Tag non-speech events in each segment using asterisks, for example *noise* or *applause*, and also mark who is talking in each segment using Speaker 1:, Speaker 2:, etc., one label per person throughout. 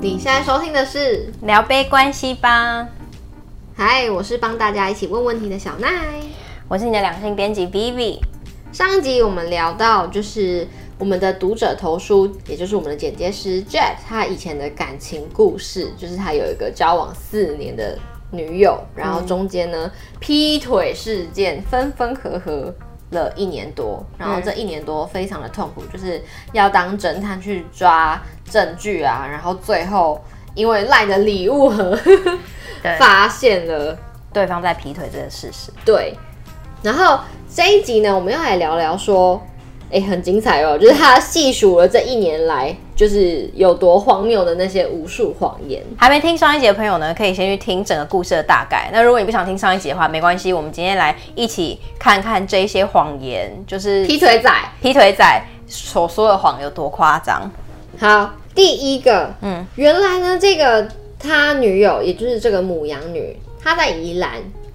Speaker 1: 你现在收听的是，
Speaker 2: 聊杯关系吧。
Speaker 1: 嗨，我是帮大家一起问问题的小奈。
Speaker 2: 我是你的两性编辑 Vivi。
Speaker 1: 上一集我们聊到，就是我们的读者投书，也就是我们的剪接师 Jack，他以前的感情故事，就是他有一个交往四年的女友，然后中间呢、劈腿事件分分合合了一年多，然后这一年多非常的痛苦，就是要当侦探去抓证据啊，然后最后因为赖的礼物 *laughs* 盒
Speaker 2: 对
Speaker 1: 发现了。
Speaker 2: 对方在劈腿这个事实，
Speaker 1: 对，然后这一集呢，我们要来聊聊说，哎、很精彩哦，就是他细数了这一年来就是有多荒谬的那些无数谎言。
Speaker 2: 还没听上一集的朋友呢，可以先去听整个故事的大概。那如果你不想听上一集的话，没关系，我们今天来一起看看这些谎言，就是
Speaker 1: 劈腿仔，
Speaker 2: 劈腿仔所说的谎有多夸张。
Speaker 1: 好，第一个，嗯
Speaker 2: 嗯，
Speaker 1: 原来呢，这个他女友，也就是这个母羊女，她在宜兰，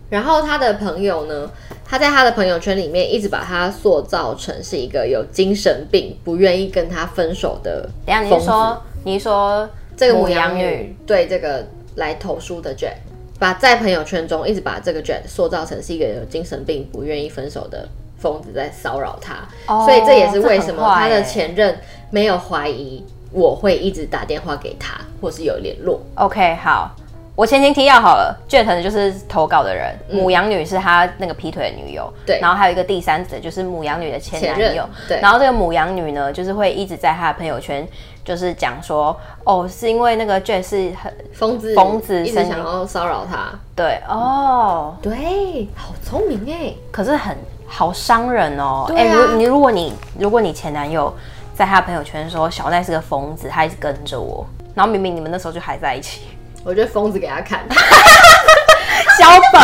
Speaker 1: 然后她的朋友呢，她在她的朋友圈里面一直把她塑造成是一个有精神病、不愿意跟她分手的
Speaker 2: 等一下你
Speaker 1: 疯
Speaker 2: 是
Speaker 1: 子
Speaker 2: 说，你是说
Speaker 1: 这个母羊
Speaker 2: 羊
Speaker 1: 女对这个来投书的 Jack，把在朋友圈中一直把这个 Jack 塑造成是一个有精神病、不愿意分手的疯子在骚扰他，
Speaker 2: 哦
Speaker 1: 所以这也是为什
Speaker 2: 这
Speaker 1: 么
Speaker 2: 很坏
Speaker 1: 他的
Speaker 2: 欸
Speaker 1: 前任没有怀疑我会一直打电话给他，或是有联络。
Speaker 2: OK，好，我前情提要好了。卷藤就是投稿的人，母羊女是他那个劈腿的女友，
Speaker 1: 嗯对
Speaker 2: 然后还有一个第三者就是母羊女的前
Speaker 1: 前
Speaker 2: 男
Speaker 1: 任
Speaker 2: 友，
Speaker 1: 对
Speaker 2: 然后这个母羊女呢，就是会一直在她的朋友圈就是讲说，哦，是因为那个卷是很
Speaker 1: 疯子，
Speaker 2: 疯子
Speaker 1: 一直
Speaker 2: 神
Speaker 1: 想要骚扰他，
Speaker 2: 对哦，
Speaker 1: 对，好聪明哎，
Speaker 2: 可是很好伤人哦。
Speaker 1: 对啊
Speaker 2: 如你如果你如果你前男友在他朋友圈说小奈是个疯子，他一直跟着我，然后明明你们那时候就还在一起，
Speaker 1: 我觉得疯子给他看，
Speaker 2: 小伯，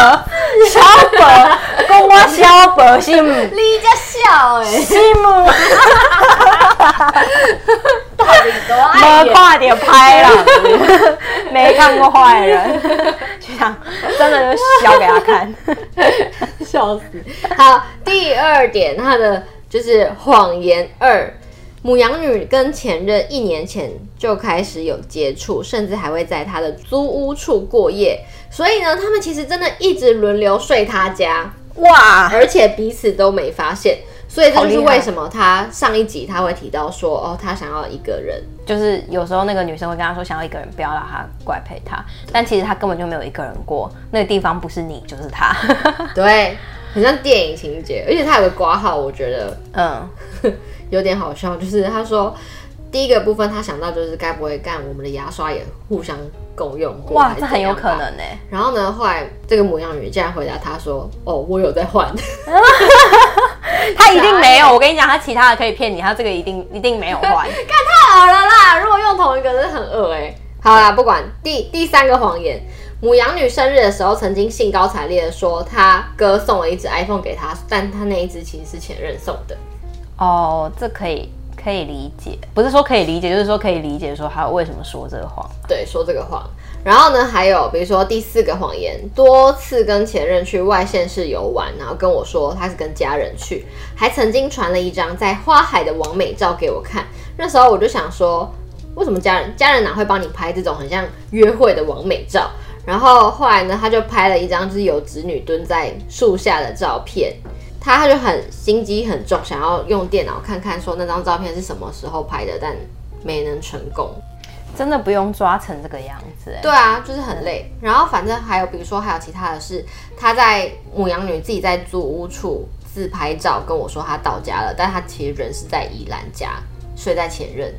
Speaker 2: 小伯，跟我小伯是母
Speaker 1: *laughs* 你家笑 *laughs* 哎，
Speaker 2: 是母，
Speaker 1: 多
Speaker 2: 没快点拍了，没看过坏人，就想真的就笑给他看。
Speaker 1: 笑死！ *laughs* 好，第二点，他的就是谎言二，母羊女跟前任一年前就开始有接触，甚至还会在他的租屋处过夜，所以呢，他们其实真的一直轮流睡他家，
Speaker 2: 哇，
Speaker 1: 而且彼此都没发现。所以这就是
Speaker 2: 好厉害
Speaker 1: 为什么他上一集他会提到说，哦，他想要一个人，
Speaker 2: 就是有时候那个女生会跟他说想要一个人，不要让他过来陪他，但其实他根本就没有一个人过，那个地方不是你就是他。
Speaker 1: 对，很像电影情节，而且他有个挂号，我觉得
Speaker 2: 嗯，
Speaker 1: 有点好笑，就是他说第一个部分他想到就是该不会干我们的牙刷也互相共用过，
Speaker 2: 哇
Speaker 1: 还，是
Speaker 2: 这很有可
Speaker 1: 怎样吧。
Speaker 2: 能呢、
Speaker 1: 然后呢，后来这个母羊女竟然回答他说：“哦，我有在换。
Speaker 2: 他一定没有，我跟你讲，他其他的可以骗你，他这个一定一定没有换。”
Speaker 1: 太恶了啦！如果用同一个，真的很恶哎、好啦，不管第第三个谎言，母羊女生日的时候曾经兴高采烈的说，她哥送了一只 iPhone 给她，但她那一只其实是前任送的。
Speaker 2: 哦，这可以可以理解，不是说可以理解，就是说可以理解说他为什么说这个谎。
Speaker 1: 对，说这个谎。然后呢，还有比如说第四个谎言，多次跟前任去外县市游玩，然后跟我说他是跟家人去，还曾经传了一张在花海的完美照给我看。那时候我就想说，为什么家人家人哪会帮你拍这种很像约会的完美照？然后后来呢，他就拍了一张就是有子女蹲在树下的照片，他他就很心机很重，想要用电脑看看说那张照片是什么时候拍的，但没能成功。
Speaker 2: 真的不用抓成这个样子、欸。
Speaker 1: 对啊，就是很累。然后反正还有，比如说还有其他的是，她在母羊女自己在租屋处自拍照，跟我说她到家了，但她其实人是在宜兰家，睡在前任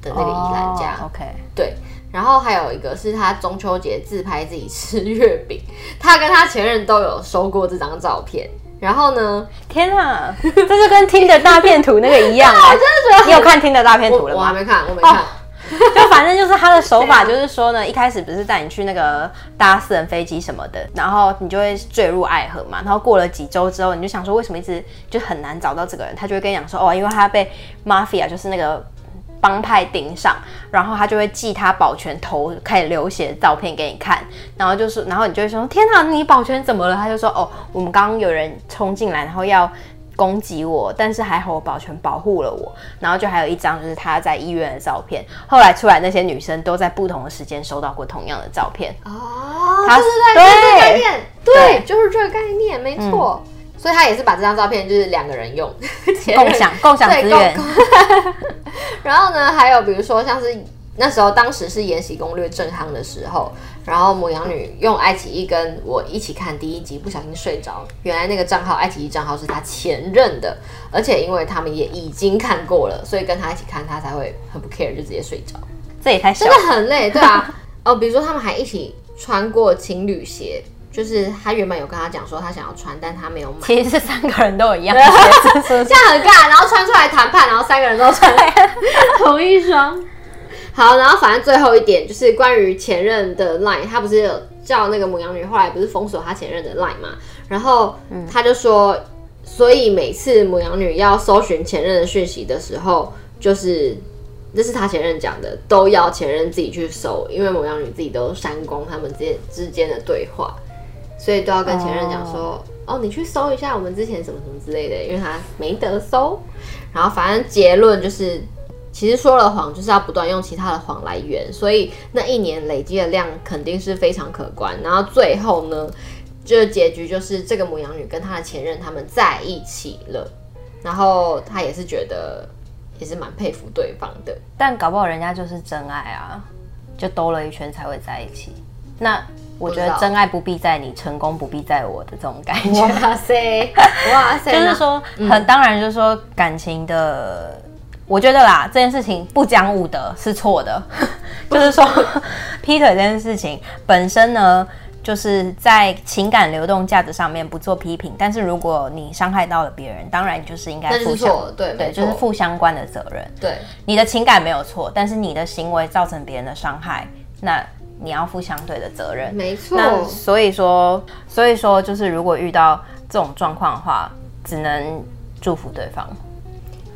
Speaker 1: 的那个宜兰家。
Speaker 2: 哦 OK，
Speaker 1: 对，然后还有一个是她中秋节自拍自己吃月饼，她跟她前任都有收过这张照片。然后呢，
Speaker 2: 天啊，这就跟听的大片图那个一样、啊。我真的觉得你有看听的大片
Speaker 1: 我
Speaker 2: 图了
Speaker 1: 我还
Speaker 2: 吗？
Speaker 1: 没看，我没看。
Speaker 2: 哦就反正就是他的手法，就是说呢，一开始不是带你去那个搭私人飞机什么的，然后你就会坠入爱河嘛。然后过了几周之后，你就想说为什么一直就很难找到这个人，他就会跟你讲说哦，因为他被 mafia 就是那个帮派盯上，然后他就会寄他保全头开始流血的照片给你看，然后就是，然后你就会说天哪，你保全怎么了？他就说哦，我们刚刚有人冲进来，然后要攻击我，但是还好我保全保护了我。然后就还有一张就是他在医院的照片。后来出来那些女生都在不同的时间收到过同样的
Speaker 1: *laughs*
Speaker 2: 照片。
Speaker 1: 哦，
Speaker 2: 他
Speaker 1: 对对对，就是这个概
Speaker 2: 对
Speaker 1: 念，对，
Speaker 2: 对嗯
Speaker 1: 就是这个概念，没错。所以他也是把这张照片就是两个人用， *laughs* 前任
Speaker 2: 共享共
Speaker 1: *laughs*
Speaker 2: 享
Speaker 1: 对
Speaker 2: 资源
Speaker 1: 共，然后呢，还有比如说像是那时候当时是《延禧攻略》正夯的时候，然后母羊女用爱奇艺跟我一起看第一集，不小心睡着。原来那个账号爱奇艺账号是她前任的，而且因为他们也已经看过了，所以跟她一起看，她才会很不 care 就直接睡着，
Speaker 2: 这也太小
Speaker 1: *laughs* 真的很累，对啊。 *laughs* 哦，比如说他们还一起穿过情侣鞋。就是她原本有跟她讲说她想要穿，但她没有
Speaker 2: *laughs*
Speaker 1: 买，
Speaker 2: 其实是三个人都一样，是不 *laughs* 是
Speaker 1: 这样很尬。然后穿出来谈判，然后三个人都穿 *laughs* 同一双。好，然后反正最后一点就是关于前任的 line，他不是有叫那个母羊女，后来不是封锁他前任的 line 嘛？然后他就说，所以每次母羊女要搜寻前任的讯息的时候，就是这是他前任讲的，都要前任自己去搜，因为母羊女自己都删光他们之间之间的对话，所以都要跟前任讲说，哦，你去搜一下我们之前什么什么之类的，因为他没得搜。然后反正结论就是，其实说了谎就是要不断用其他的谎来圆，所以那一年累积的量肯定是非常可观。然后最后呢，这结局就是这个母羊女跟她的前任他们在一起了，然后她也是觉得也是蛮佩服对方的。
Speaker 2: 但搞不好人家就是真爱啊，就兜了一圈才会在一起。那我觉
Speaker 1: 不知
Speaker 2: 得
Speaker 1: 道
Speaker 2: 真爱不必在你，成功不必在我的这种感觉。
Speaker 1: 哇塞， *laughs* 哇塞，
Speaker 2: *laughs*
Speaker 1: 嗯
Speaker 2: 就是说，很当然，就是说感情的，我觉得啦，这件事情不讲武德是错的， *laughs* 就
Speaker 1: *laughs*
Speaker 2: 是说劈腿这件事情本身呢，就是在情感流动价值上面不做批评，但是如果你伤害到了别人，当然你就是应该
Speaker 1: 那就是
Speaker 2: 负相
Speaker 1: 错对没
Speaker 2: 对，就是
Speaker 1: 错
Speaker 2: 负相关的责任。
Speaker 1: 对，
Speaker 2: 你的情感没有错，但是你的行为造成别人的伤害，那你要负相对的责任。
Speaker 1: 没错，
Speaker 2: 那所以说，所以说就是如果遇到这种状况的话，只能祝福对方。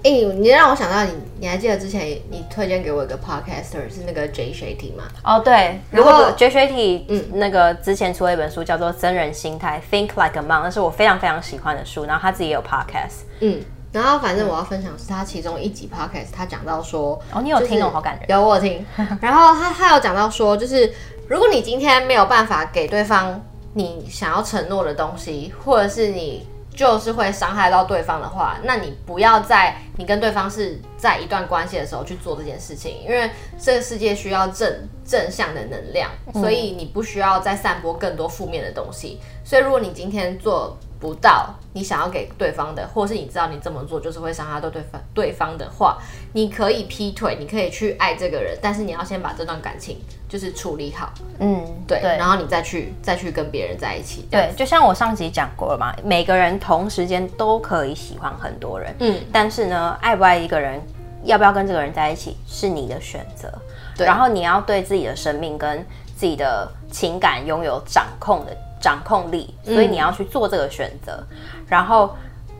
Speaker 1: 哎、你让我想到你，你还记得之前你推荐给我一个 podcaster 是那个 J Shetty 吗？
Speaker 2: 哦，对，
Speaker 1: 然
Speaker 2: 如
Speaker 1: 后
Speaker 2: 果 j j t 那个之前出了一本书叫做《真人心态》（Think Like a Monk），那是我非常非常喜欢的书。然后他自己也有 podcast。
Speaker 1: 嗯，然后反正我要分享的是他其中一集 podcast，他讲到说，
Speaker 2: 哦，你有听
Speaker 1: 就是
Speaker 2: 哦，好感人。
Speaker 1: 有我有
Speaker 2: *laughs*
Speaker 1: 听。然后他他有讲到说，就是如果你今天没有办法给对方你想要承诺的东西，或者是你就是会伤害到对方的话，那你不要在你跟对方是在一段关系的时候去做这件事情，因为这个世界需要正正向的能量，所以你不需要再散播更多负面的东西。所以如果你今天做不到你想要给对方的，或是你知道你这么做就是会伤害到对方对方的话，你可以劈腿，你可以去爱这个人，但是你要先把这段感情就是处理好，
Speaker 2: 嗯，
Speaker 1: 对，然后你再去再去跟别人在一起。
Speaker 2: 对，就像我上集讲过了嘛，每个人同时间都可以喜欢很多人，
Speaker 1: 嗯
Speaker 2: 嗯，但是呢，爱不爱一个人，要不要跟这个人在一起，是你的选择。
Speaker 1: 对
Speaker 2: 然后你要对自己的生命跟自己的情感拥有掌控的掌控力，所以你要去做这个选择。然后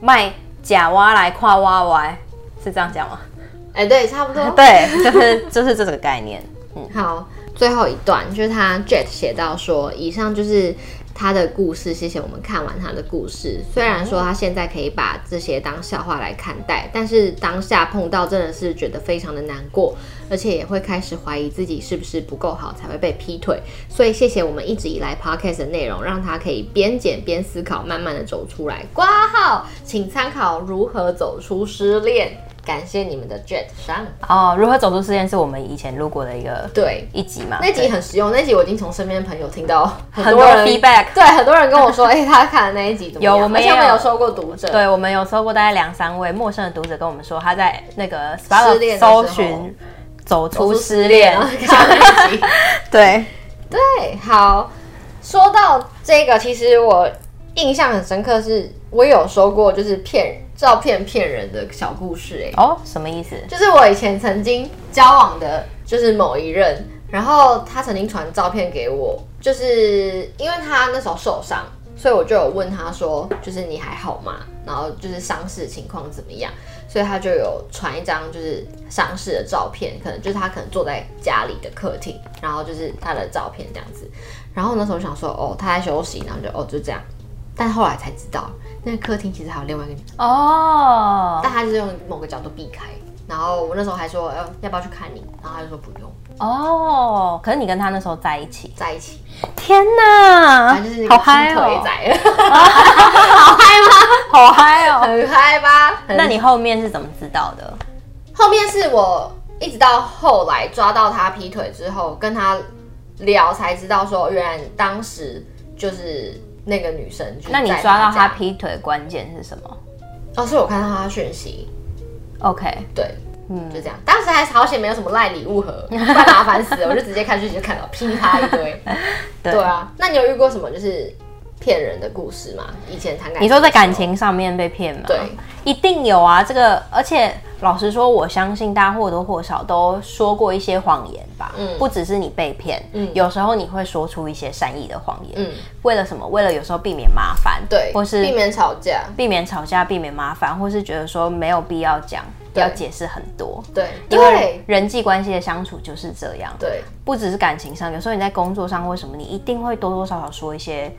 Speaker 2: 卖假蛙来跨蛙歪，是这样讲吗？
Speaker 1: 哎、对，差不多。
Speaker 2: 对， *laughs* 就是就是这个概念。
Speaker 1: 好，最后一段就是他 Jet 写到说，以上就是他的故事，谢谢我们看完他的故事。虽然说他现在可以把这些当笑话来看待，但是当下碰到真的是觉得非常的难过，而且也会开始怀疑自己是不是不够好才会被劈腿。所以谢谢我们一直以来 podcast 的内容，让他可以边剪边思考，慢慢的走出来。挂号，请参考如何走出失恋。感谢你们的 Jet 上，
Speaker 2: 哦，如何走出失恋是我们以前录过的一个
Speaker 1: 对。
Speaker 2: 一集嘛？
Speaker 1: 那集很实用，那集我已经从身边朋友听到
Speaker 2: 很多
Speaker 1: 人
Speaker 2: feedback。
Speaker 1: 对，很多人跟我说，哎、他看的那一集怎么样？
Speaker 2: 有我们
Speaker 1: 而且我
Speaker 2: 也
Speaker 1: 们
Speaker 2: 有
Speaker 1: 有收过读者，，
Speaker 2: 对，我们有收过大概两三位陌生的读者跟我们说，他在那个
Speaker 1: 失恋的
Speaker 2: Spotify
Speaker 1: 时候
Speaker 2: 搜寻走出失
Speaker 1: 恋
Speaker 2: 恋， *laughs*
Speaker 1: 啊，看那一集。 *laughs*
Speaker 2: 对，
Speaker 1: 对，好，说到这个，其实我印象很深刻是，我有收过就是骗照片骗人的小故事、哎，
Speaker 2: 哦，什么意思？
Speaker 1: 就是我以前曾经交往的，就是某一任，然后他曾经传照片给我，就是因为他那时候受伤，所以我就有问他说，就是你还好吗？然后就是伤势情况怎么样？所以他就有传一张就是伤势的照片，可能就是他可能坐在家里的客厅，然后就是他的照片这样子。然后那时候我想说，哦，他在休息，然后就哦就这样。但后来才知道，那个客厅其实还有另外一个女生，
Speaker 2: 哦
Speaker 1: 但她就是用某个角度避开。然后我那时候还说，呃，要不要去看你？然后她就说不用，
Speaker 2: 哦，可是你跟他那时候在一起，
Speaker 1: 在一起。
Speaker 2: 天哪，
Speaker 1: 反正就是那
Speaker 2: 好
Speaker 1: 个
Speaker 2: 嗨
Speaker 1: 劈
Speaker 2: 哦
Speaker 1: 腿，
Speaker 2: *laughs*
Speaker 1: 仔，
Speaker 2: 好嗨哦。
Speaker 1: *laughs* 很嗨吧？很
Speaker 2: 那你后面是怎么知道的？
Speaker 1: 后面是我一直到后来抓到他劈腿之后，跟他聊才知道说，原来当时就是那个女生就是在
Speaker 2: 那
Speaker 1: 他
Speaker 2: 你
Speaker 1: 家。
Speaker 2: 抓到他劈腿的关键是什么
Speaker 1: 哦，是我看到他讯息，
Speaker 2: ？OK，
Speaker 1: 对，
Speaker 2: 嗯
Speaker 1: 就这样。当时还好险没有什么赖礼物盒，不 *laughs* 然麻烦死了。我就直接看讯息就看到噼啪一堆。
Speaker 2: *laughs* 对
Speaker 1: 对啊，那你有遇过什么就是骗人的故事吗？以前谈感情，
Speaker 2: 你说在感，情上面被骗吗？
Speaker 1: 对，
Speaker 2: 一定有啊。这个，而且老实说，我相信大家或多或少都说过一些谎言吧。
Speaker 1: 嗯
Speaker 2: 不只是你被骗，
Speaker 1: 嗯
Speaker 2: 有时候你会说出一些善意的谎言。
Speaker 1: 嗯，
Speaker 2: 为了什么？为了有时候避免麻烦，
Speaker 1: 对，
Speaker 2: 或是
Speaker 1: 避免吵架，
Speaker 2: 避免吵架、避免麻烦，或是觉得说没有必要讲，
Speaker 1: 对
Speaker 2: 要解释很多。
Speaker 1: 对，
Speaker 2: 因为
Speaker 1: 对，
Speaker 2: 人际关系的相处就是这样，
Speaker 1: 对，
Speaker 2: 不只是感情上，有时候你在工作上，为什么你一定会多多少少说一些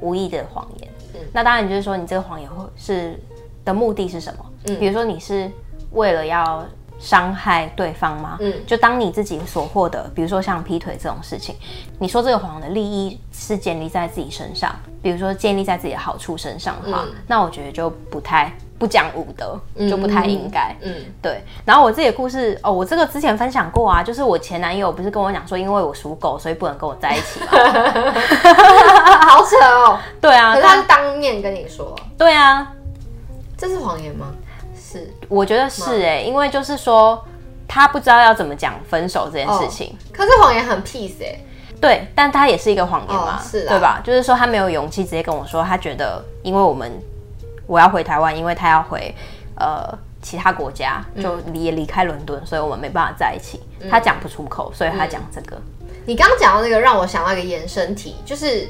Speaker 2: 无意的谎言？
Speaker 1: 嗯
Speaker 2: 那当然就是说，你这个谎言会是的目的是什么？
Speaker 1: 嗯
Speaker 2: 比如说你是为了要伤害对方吗？
Speaker 1: 嗯
Speaker 2: 就当你自己所获得，比如说像劈腿这种事情，你说这个谎的利益是建立在自己身上，比如说建立在自己的好处身上的话，
Speaker 1: 嗯
Speaker 2: 那我觉得就不太不讲武德，就不太应该。 *laughs*
Speaker 1: 嗯
Speaker 2: 对，然后我自己的故事哦，我这个之前分享过啊，就是我前男友不是跟我讲说，因为我属狗，所以不能跟我在一起
Speaker 1: *laughs*
Speaker 2: 嘛。
Speaker 1: 好扯哦。
Speaker 2: 对啊
Speaker 1: 可是，他是
Speaker 2: 但
Speaker 1: 当面跟你说，
Speaker 2: 对啊，
Speaker 1: 这是谎言吗？是，
Speaker 2: 我觉得是
Speaker 1: 嗯
Speaker 2: 哎、因为就是说他不知道要怎么讲分手这件
Speaker 1: 哦
Speaker 2: 事情，
Speaker 1: 可是谎言很 peace 哎、
Speaker 2: 对，但他也是一个谎言嘛，
Speaker 1: 哦是啊
Speaker 2: 对吧？就是说他没有勇气直接跟我说，他觉得因为我们我要回台湾，因为他要回呃其他国家，
Speaker 1: 嗯
Speaker 2: 就离也离开伦敦，所以我们没办法在一起。他讲不出口，所以他
Speaker 1: 嗯
Speaker 2: 讲这个。
Speaker 1: 你刚刚讲到那个，让我想到一个延伸题，就是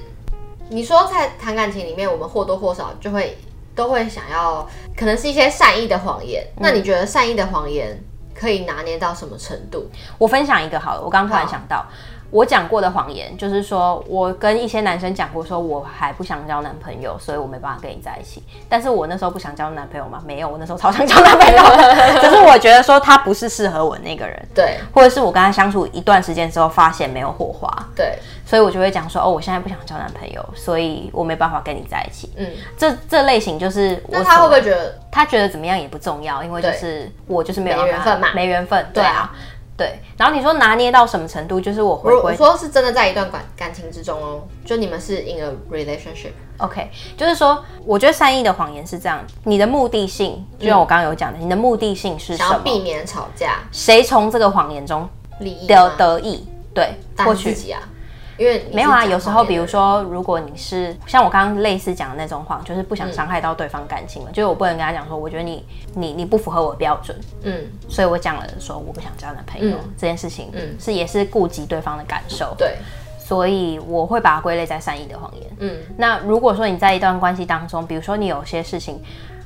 Speaker 1: 你说在谈感情里面，我们或多或少就会都会想要，可能是一些善意的谎言。
Speaker 2: 嗯
Speaker 1: 那你觉得善意的谎言可以拿捏到什么程度？
Speaker 2: 我分享一个好了，我刚突然
Speaker 1: 好
Speaker 2: 想到，我讲过的谎言就是说，我跟一些男生讲过，说我还不想交男朋友，所以我没办法跟你在一起。但是我那时候不想交男朋友吗？没有，我那时候超想交男朋友
Speaker 1: *laughs*
Speaker 2: 的，只是我觉得说他不是适合我那个人，
Speaker 1: 对
Speaker 2: 或者是我跟他相处一段时间之后发现没有火花，
Speaker 1: 嗯对，
Speaker 2: 所以我就会讲说，哦，我现在不想交男朋友，所以我没办法跟你在一起。
Speaker 1: 嗯，
Speaker 2: 这这类型就是我
Speaker 1: 那他会
Speaker 2: 所
Speaker 1: 不会觉得
Speaker 2: 他觉得怎么样也不重要，因为就
Speaker 1: 对
Speaker 2: 是我就是没有
Speaker 1: 没
Speaker 2: 让
Speaker 1: 缘
Speaker 2: 他
Speaker 1: 分嘛
Speaker 2: 没缘分，对
Speaker 1: 对
Speaker 2: 啊
Speaker 1: 啊，
Speaker 2: 对。然后你说拿捏到什么程度，就是我回
Speaker 1: 我我
Speaker 2: 归
Speaker 1: 说是真的在一段感感情之中哦，就你们是 in a relationship，
Speaker 2: ，OK，就是说，我觉得善意的谎言是这样，你的目的性，就像我刚刚有讲的，你的目的性是
Speaker 1: 嗯想
Speaker 2: 什
Speaker 1: 要避
Speaker 2: 么？
Speaker 1: 免吵架、
Speaker 2: 谁从这个谎言中
Speaker 1: 利益
Speaker 2: 得
Speaker 1: 吗？
Speaker 2: 得益？对，
Speaker 1: 但
Speaker 2: 获
Speaker 1: 是
Speaker 2: 取
Speaker 1: 自己啊，因为你
Speaker 2: 没有啊，
Speaker 1: 是
Speaker 2: 有
Speaker 1: 讲
Speaker 2: 时候
Speaker 1: 谎言的
Speaker 2: 比如
Speaker 1: 人
Speaker 2: 说，如果你是像我刚刚类似讲的那种谎，就是不
Speaker 1: 嗯
Speaker 2: 想伤害到对方感情嘛，就是我不能跟他讲说，我觉得你你你不符合我的标准，
Speaker 1: 嗯，
Speaker 2: 所以我讲了说我不想交男朋友、
Speaker 1: 嗯
Speaker 2: 这件事情，
Speaker 1: 嗯
Speaker 2: 是也是顾及对方的感受，
Speaker 1: 对，
Speaker 2: 所以我会把它归类在善意的谎言。
Speaker 1: 嗯，
Speaker 2: 那如果说你在一段关系当中，比如说你有些事情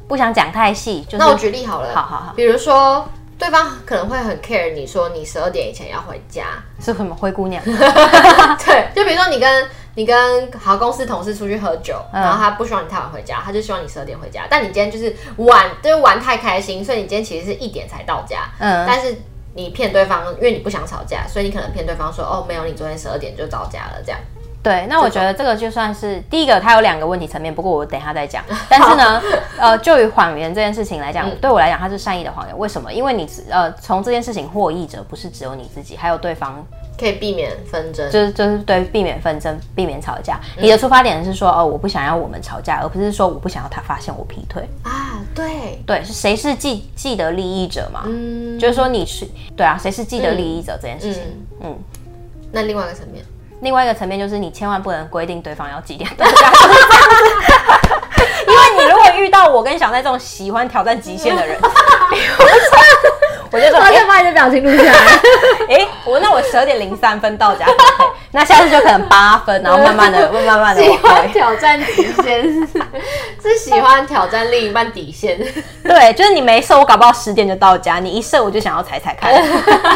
Speaker 2: 不想讲太细，就是
Speaker 1: 那我举例好了，
Speaker 2: 好好好
Speaker 1: *laughs* 比如说对方可能会很 care 你说你十二点以前要回家，
Speaker 2: 是什么灰姑
Speaker 1: *laughs*
Speaker 2: 娘，
Speaker 1: 对，就比如说你跟你跟好公司同事出去喝酒，然后他不希望你太晚回家，他就希望你十二点回家，但你今天就是玩，就是玩太开心，所以你今天其实是一点才到家，
Speaker 2: 嗯
Speaker 1: 但是。你骗对方，因为你不想吵架，所以你可能骗对方说：“哦，没有，你昨天十二点就到家了。”这样，
Speaker 2: 对，那我觉得这个就算是第一个，它有两个问题层面，不过我等一下再讲。但是
Speaker 1: *laughs*
Speaker 2: 呢，呃，就于谎言这件事情来
Speaker 1: 嗯
Speaker 2: 讲，对我来讲它是善意的谎言。为什么？因为你呃从这件事情获益者不是只有你自己，还有对方
Speaker 1: 可以避免纷争。
Speaker 2: 就是就是对避免纷争、避免吵架。
Speaker 1: 嗯
Speaker 2: 你的出发点是说，哦，我不想要我们吵架，而不是说我不想要他发现我劈腿。
Speaker 1: 啊，对，
Speaker 2: 对，是谁是既既得利益者嘛？
Speaker 1: 嗯，
Speaker 2: 就是说你是对啊，谁是既得利益者这件事情。嗯
Speaker 1: 那另外一个 *laughs* 层面，
Speaker 2: 另外一个层面就是你千万不能规定对方要几点到家。 *laughs* 就是这样子因为你如果遇到我跟小奈这种喜欢挑战极限
Speaker 1: *laughs*
Speaker 2: 的人，我就说，哎、
Speaker 1: 把你的表情录下来。
Speaker 2: 诶我那我十二点零三分到家，那下次就可能八分，然后慢慢的、慢慢的
Speaker 1: 喜
Speaker 2: 往回
Speaker 1: 欢。挑战极限，是喜欢挑战另一半底线。
Speaker 2: *laughs* 对，就是你没设，我搞不好十点就到家，你一设我就想要踩踩看。
Speaker 1: *laughs*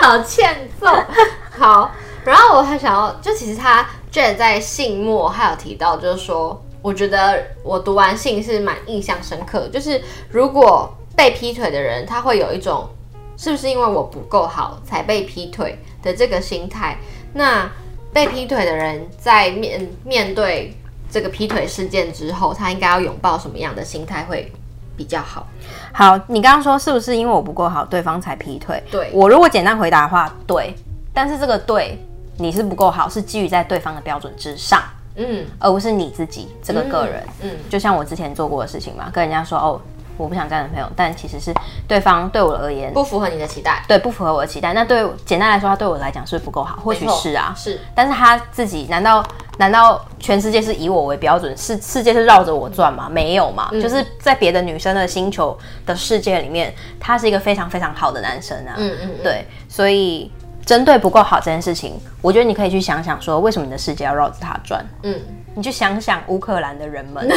Speaker 1: 好欠揍。 *laughs* 好，然后我还想要，就其实他 Jane 在信末还有提到，就是说我觉得我读完信是蛮印象深刻，就是如果被劈腿的人，他会有一种是不是因为我不够好才被劈腿的这个心态。那被劈腿的人在面面对这个劈腿事件之后，他应该要拥抱什么样的心态会比较好？
Speaker 2: 好，你刚刚说是不是因为我不够好，对方才劈腿？
Speaker 1: 对
Speaker 2: 我如果简单回答的话，对。但是这个对你是不够好，是基于在对方的标准之上，
Speaker 1: 嗯，
Speaker 2: 而不是你自己这个个人。
Speaker 1: 嗯，嗯
Speaker 2: 就像我之前做过的事情嘛，跟人家说哦，我不想交男朋友，但其实是对方对我而言，
Speaker 1: 不符合你的期待，
Speaker 2: 对不符合我的期待。那对简单来说，他对我来讲是不是不够好？或许
Speaker 1: 没错
Speaker 2: 是啊，
Speaker 1: 是
Speaker 2: 但是他自己难道难道全世界是以我为标准？是世界是绕着我转吗？没有嘛，就是在别的女生的星球的世界里面，他是一个非常非常好的男生啊。
Speaker 1: 嗯嗯，嗯，
Speaker 2: 对，所以针对不够好这件事情，我觉得你可以去想想说，为什么你的世界要绕着他转？
Speaker 1: 嗯，
Speaker 2: 你去想想乌克兰的人们。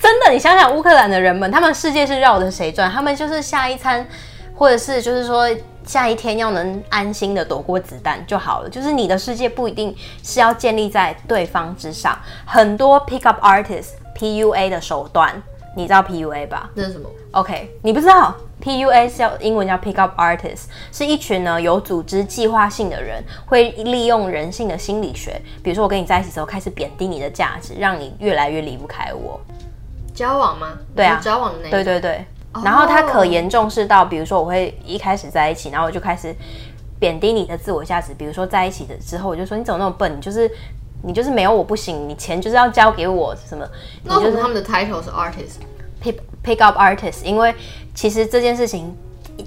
Speaker 2: 真的，你想想乌克兰的人们，他们世界是绕着谁转？他们就是下一餐，或者是就是说下一天要能安心的躲过子弹就好了。就是你的世界不一定是要建立在对方之上，很多 pickup artist PUA 的手段，你知道 PUA 吧？
Speaker 1: 那是什么？
Speaker 2: OK，你不知道 PUA 是叫英文叫 Pick Up Artist，是一群呢有组织计划性的人，会利用人性的心理学，比如说我跟你在一起之后，开始贬低你的价值，让你越来越离不开我。
Speaker 1: 交往吗？
Speaker 2: 对啊
Speaker 1: 你说交往的那一
Speaker 2: 对
Speaker 1: 种
Speaker 2: 对对
Speaker 1: 哦，
Speaker 2: 然后它可严重是到，比如说我会一开始在一起，然后我就开始贬低你的自我价值，比如说在一起的之后，我就说你怎么那么笨，你就是你就是没有我不行，你钱就是要交给我什么，你
Speaker 1: 那为
Speaker 2: 就
Speaker 1: 什
Speaker 2: 是
Speaker 1: 么他们的 title 是 artist？
Speaker 2: pick pick up artist，因为其实这件事情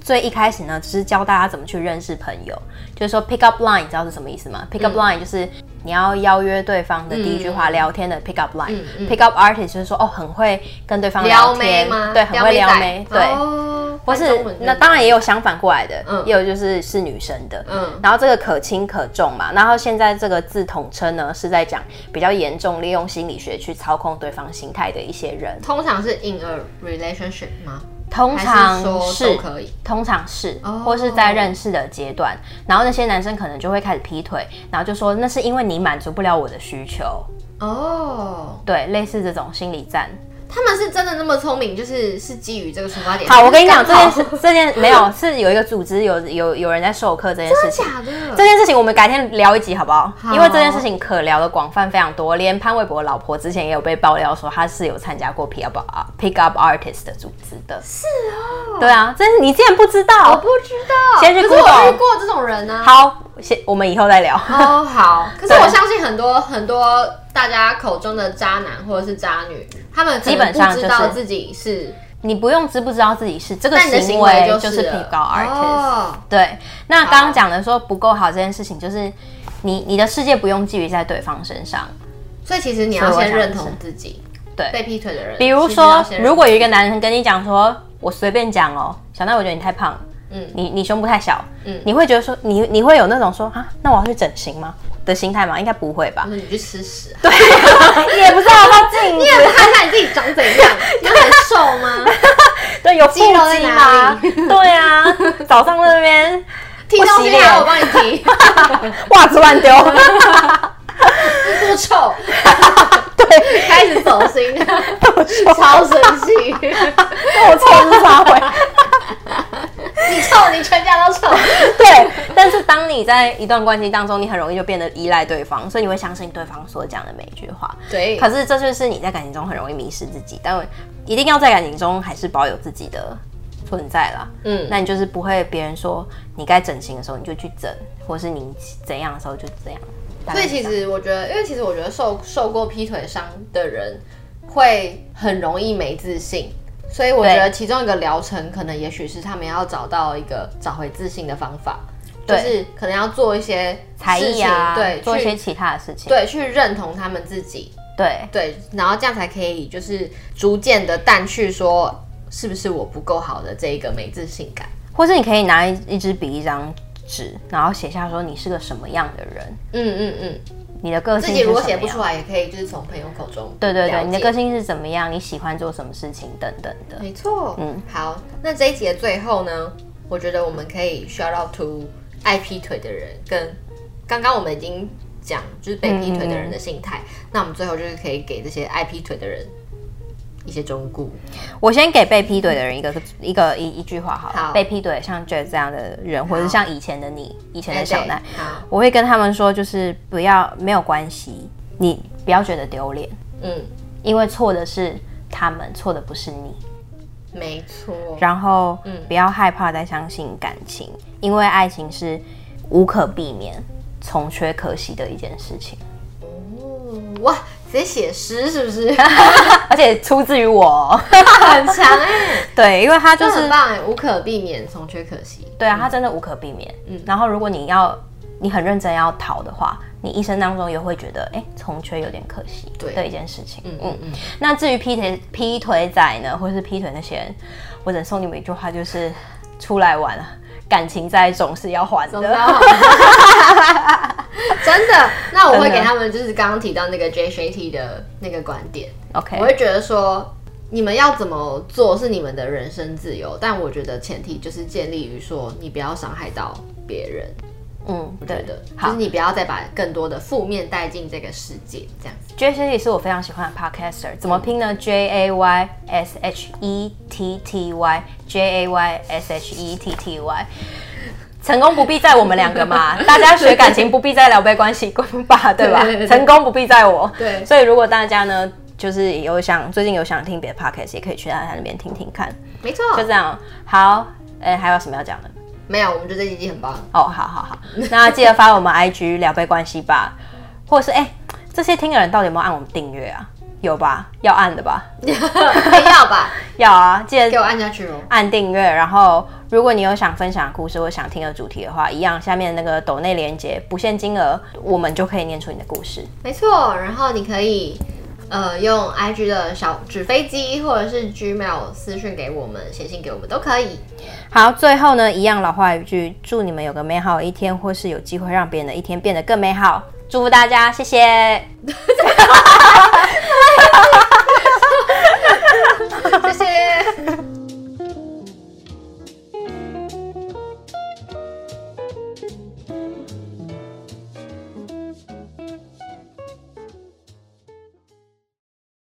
Speaker 2: 最一开始呢，只是教大家怎么去认识朋友，就是说 pick up line，你知道是什么意思吗？pick
Speaker 1: 嗯
Speaker 2: up line 就是你要邀约对方的第一句话，聊天的 pick up line、pick up artist 就是说哦，很会跟对方
Speaker 1: 嗯撩
Speaker 2: 聊
Speaker 1: 妹
Speaker 2: 天，
Speaker 1: 吗？
Speaker 2: 嗯对，很会撩妹，
Speaker 1: 仔
Speaker 2: 对。
Speaker 1: 哦
Speaker 2: 或是
Speaker 1: 翻中文
Speaker 2: 那当然也有相反过来的，
Speaker 1: 嗯
Speaker 2: 也有就是是女生的，
Speaker 1: 嗯
Speaker 2: 然后这个可轻可重嘛，然后现在这个字统称呢是在讲比较严重利用心理学去操控对方心态的一些人，
Speaker 1: 通常是 in a relationship 吗？
Speaker 2: 通常
Speaker 1: 还说
Speaker 2: 是
Speaker 1: 都可以？
Speaker 2: 通常是
Speaker 1: 哦，
Speaker 2: 或是在认识的阶段，然后那些男生可能就会开始劈腿，然后就说那是因为你满足不了我的需求，
Speaker 1: 哦，
Speaker 2: 对，类似这种心理战。
Speaker 1: 他们是真的那么聪明，就是是基于这个出发点。
Speaker 2: 好，我跟你讲这
Speaker 1: 就是刚
Speaker 2: 件
Speaker 1: 好
Speaker 2: 事，这件没有是有一个组织有有有人在授课这件事
Speaker 1: 真
Speaker 2: 情。
Speaker 1: 的假
Speaker 2: 这
Speaker 1: 的？
Speaker 2: 件事情我们改天聊一集好不好？
Speaker 1: 好
Speaker 2: 因为这件事情可聊的广泛非常多，连潘玮柏老婆之前也有被爆料说她是有参加过 pick up pick up artist 的组织的。是哦。对啊，真是你竟然不知道？
Speaker 1: 我不知道，
Speaker 2: 先去
Speaker 1: 可是我
Speaker 2: Google
Speaker 1: 遇过这种人啊。
Speaker 2: 好，先我们以后再聊。
Speaker 1: 哦，好。可是
Speaker 2: 对
Speaker 1: 我相信很多很多大家口中的渣男或者是渣女，他们可能
Speaker 2: 基本上
Speaker 1: 不知
Speaker 2: 就是
Speaker 1: 道自己是，
Speaker 2: *laughs* 你不用知不知道自己是这个
Speaker 1: 但你的行
Speaker 2: 为
Speaker 1: 为
Speaker 2: 就是
Speaker 1: 了
Speaker 2: pick up artist。
Speaker 1: 哦
Speaker 2: 对，那
Speaker 1: 好
Speaker 2: 刚刚讲的说不够好这件事情，就是你你的世界不用寄予在对方身上。
Speaker 1: 所以其实你要
Speaker 2: 所以我
Speaker 1: 先
Speaker 2: 想
Speaker 1: 认
Speaker 2: 是
Speaker 1: 同自己。
Speaker 2: 对
Speaker 1: 被劈腿的人，
Speaker 2: 比如
Speaker 1: 其实要
Speaker 2: 说
Speaker 1: 先，认
Speaker 2: 如果有一个男人跟你讲说，我随便讲哦，小奈，我觉得你太胖，
Speaker 1: 嗯
Speaker 2: 嗯，你你胸部太小，
Speaker 1: 嗯
Speaker 2: 嗯，你会觉得说，你你会有那种说啊，那我要去整形吗的心态吗？应该不会吧？
Speaker 1: 那你去吃屎啊！
Speaker 2: 对，也不知道要不要镜
Speaker 1: 嗯 *laughs* 你也
Speaker 2: 子，
Speaker 1: 不看看你自己长怎样， *laughs* 你很瘦吗？ *laughs*
Speaker 2: 对，有腹
Speaker 1: 肌肉在
Speaker 2: 肌吗
Speaker 1: 哪？
Speaker 2: 对啊，早上那边
Speaker 1: 提东西来，我帮你提，
Speaker 2: 袜
Speaker 1: *laughs*
Speaker 2: 子乱丢，
Speaker 1: 多 *laughs* 臭，
Speaker 2: 对，
Speaker 1: 开始走心， *laughs*
Speaker 2: 我错，
Speaker 1: 超生 *laughs* 气，
Speaker 2: 我错是发回。
Speaker 1: 你臭，你全家都臭。
Speaker 2: *laughs* 对，但是当你在一段关系当中，你很容易就变得依赖对方，所以你会相信对方所讲的每一句话。
Speaker 1: 对，
Speaker 2: 可是这就是你在感情中很容易迷失自己，但一定要在感情中还是保有自己的存在啦。
Speaker 1: 嗯，
Speaker 2: 那你就是不会别人说你该整形的时候你就去整，或是你怎样的时候就怎样。大概
Speaker 1: 所以
Speaker 2: 是这
Speaker 1: 其
Speaker 2: 样
Speaker 1: 实我觉得，因为其实我觉得受受过劈腿伤的人会很容易没自信，所以我觉得其中一个疗程可能也许是他们要找到一个找回自信的方法，就
Speaker 2: 对
Speaker 1: 是可能要做一些
Speaker 2: 才艺啊，
Speaker 1: 事情对，
Speaker 2: 做一
Speaker 1: 去
Speaker 2: 些其他的事情，
Speaker 1: 对去认同他们自己，
Speaker 2: 对
Speaker 1: 对，然后这样才可以就是逐渐的淡去说是不是我不够好的这一个没自信感。
Speaker 2: 或是你可以拿一一支笔、一张纸，然后写下说你是个什么样的人，
Speaker 1: 嗯嗯嗯，
Speaker 2: 你的个
Speaker 1: 自
Speaker 2: 性是
Speaker 1: 己如果
Speaker 2: 什么
Speaker 1: 写不
Speaker 2: 样
Speaker 1: 出来，也可以就是从朋友口中
Speaker 2: 对对
Speaker 1: 了
Speaker 2: 对，
Speaker 1: 解
Speaker 2: 你的个性是怎么样，你喜欢做什么事情等等的。
Speaker 1: 没错，嗯，好，那这一集的最后呢，我觉得我们可以 shout out to 爱劈腿的人，跟刚刚我们已经这样，就是被劈腿的人的心态。那我们最后就是可以给这些爱劈腿的人一些忠告。
Speaker 2: 我先给被劈腿的人一个一个一一句话好了。
Speaker 1: 好
Speaker 2: 被劈腿像 j 这样的人，或者是像以前的你、以前的小奈
Speaker 1: 哎，对好，
Speaker 2: 我会跟他们说，就是不要没有关系，你不要觉得丢脸，
Speaker 1: 嗯，
Speaker 2: 因为错的是他们，错的不是你。
Speaker 1: 没错，
Speaker 2: 然后，
Speaker 1: 嗯
Speaker 2: 不要害怕再相信感情，因为爱情是无可避免、从缺可惜的一件事情， *laughs*
Speaker 1: 嗯哇，直接写诗是不是？
Speaker 2: 而且出自于我 *laughs* 哦。
Speaker 1: 很强哎、
Speaker 2: 对，因为它 *laughs* 就
Speaker 1: 这
Speaker 2: 是
Speaker 1: 很棒哎、无可避免，从缺可惜。
Speaker 2: 对啊，它真的无可避免。嗯，然后如果你要你很认真要逃的话，你一生当中也会觉得，哎，从缺有点可惜
Speaker 1: 对
Speaker 2: 的一件事情。嗯
Speaker 1: 嗯嗯，
Speaker 2: 那至于劈腿劈腿仔呢，或是劈腿那些人，我只能送你们一句话，就是出来玩啊，感情债总是要还
Speaker 1: 懂
Speaker 2: 的。
Speaker 1: 了。 *laughs* 真的，那我会给他们就是刚刚提到那个 JCT 的那个观点，我
Speaker 2: OK，
Speaker 1: 会觉得说，你们要怎么做是你们的人生自由，但我觉得前提就是建立于说你不要伤害到别人，
Speaker 2: 嗯，
Speaker 1: 我觉
Speaker 2: 对
Speaker 1: 得，就
Speaker 2: 好
Speaker 1: 是你不要再把更多的负面带进这个世界，这样子。
Speaker 2: ，Jason 也是我非常喜欢的 podcaster，怎么拼呢？J A Y S H E T T Y，J A Y S H E T T Y。成功不必在我们两个嘛，大家学感情不必再聊被关系吧，对吧
Speaker 1: 对对对？
Speaker 2: 成功不必在我。
Speaker 1: 对
Speaker 2: 所以如果大家呢，就是有想最近有想听别的 podcast，也可以去他那边听听看。
Speaker 1: 没错，
Speaker 2: 就这样，好，哎、还有什么要讲的？
Speaker 1: 没有，我们觉得这集很 *laughs* 棒，
Speaker 2: 哦，好好 *laughs* 好，那记得发我们 IG 聊杯关系吧，或者是哎、这些听的人到底有没有按我们订阅啊？有吧？要按的吧？
Speaker 1: 要吧？
Speaker 2: 要啊，记
Speaker 1: 给
Speaker 2: 得
Speaker 1: 我按下去哦。
Speaker 2: 按订阅。然后，如果你有想分享的故事或想听的主题的话，一样下面那个抖内连接，不限金额，我们就可以念出你的故事。
Speaker 1: 没错，然后你可以呃用 IG 的小纸飞机或者是 Gmail 私讯给我们，写信给我们都可以。
Speaker 2: 好，最后呢，一样老话一句，祝你们有个美好的一天，或是有机会让别人的一天变得更美好。祝福大家，谢谢。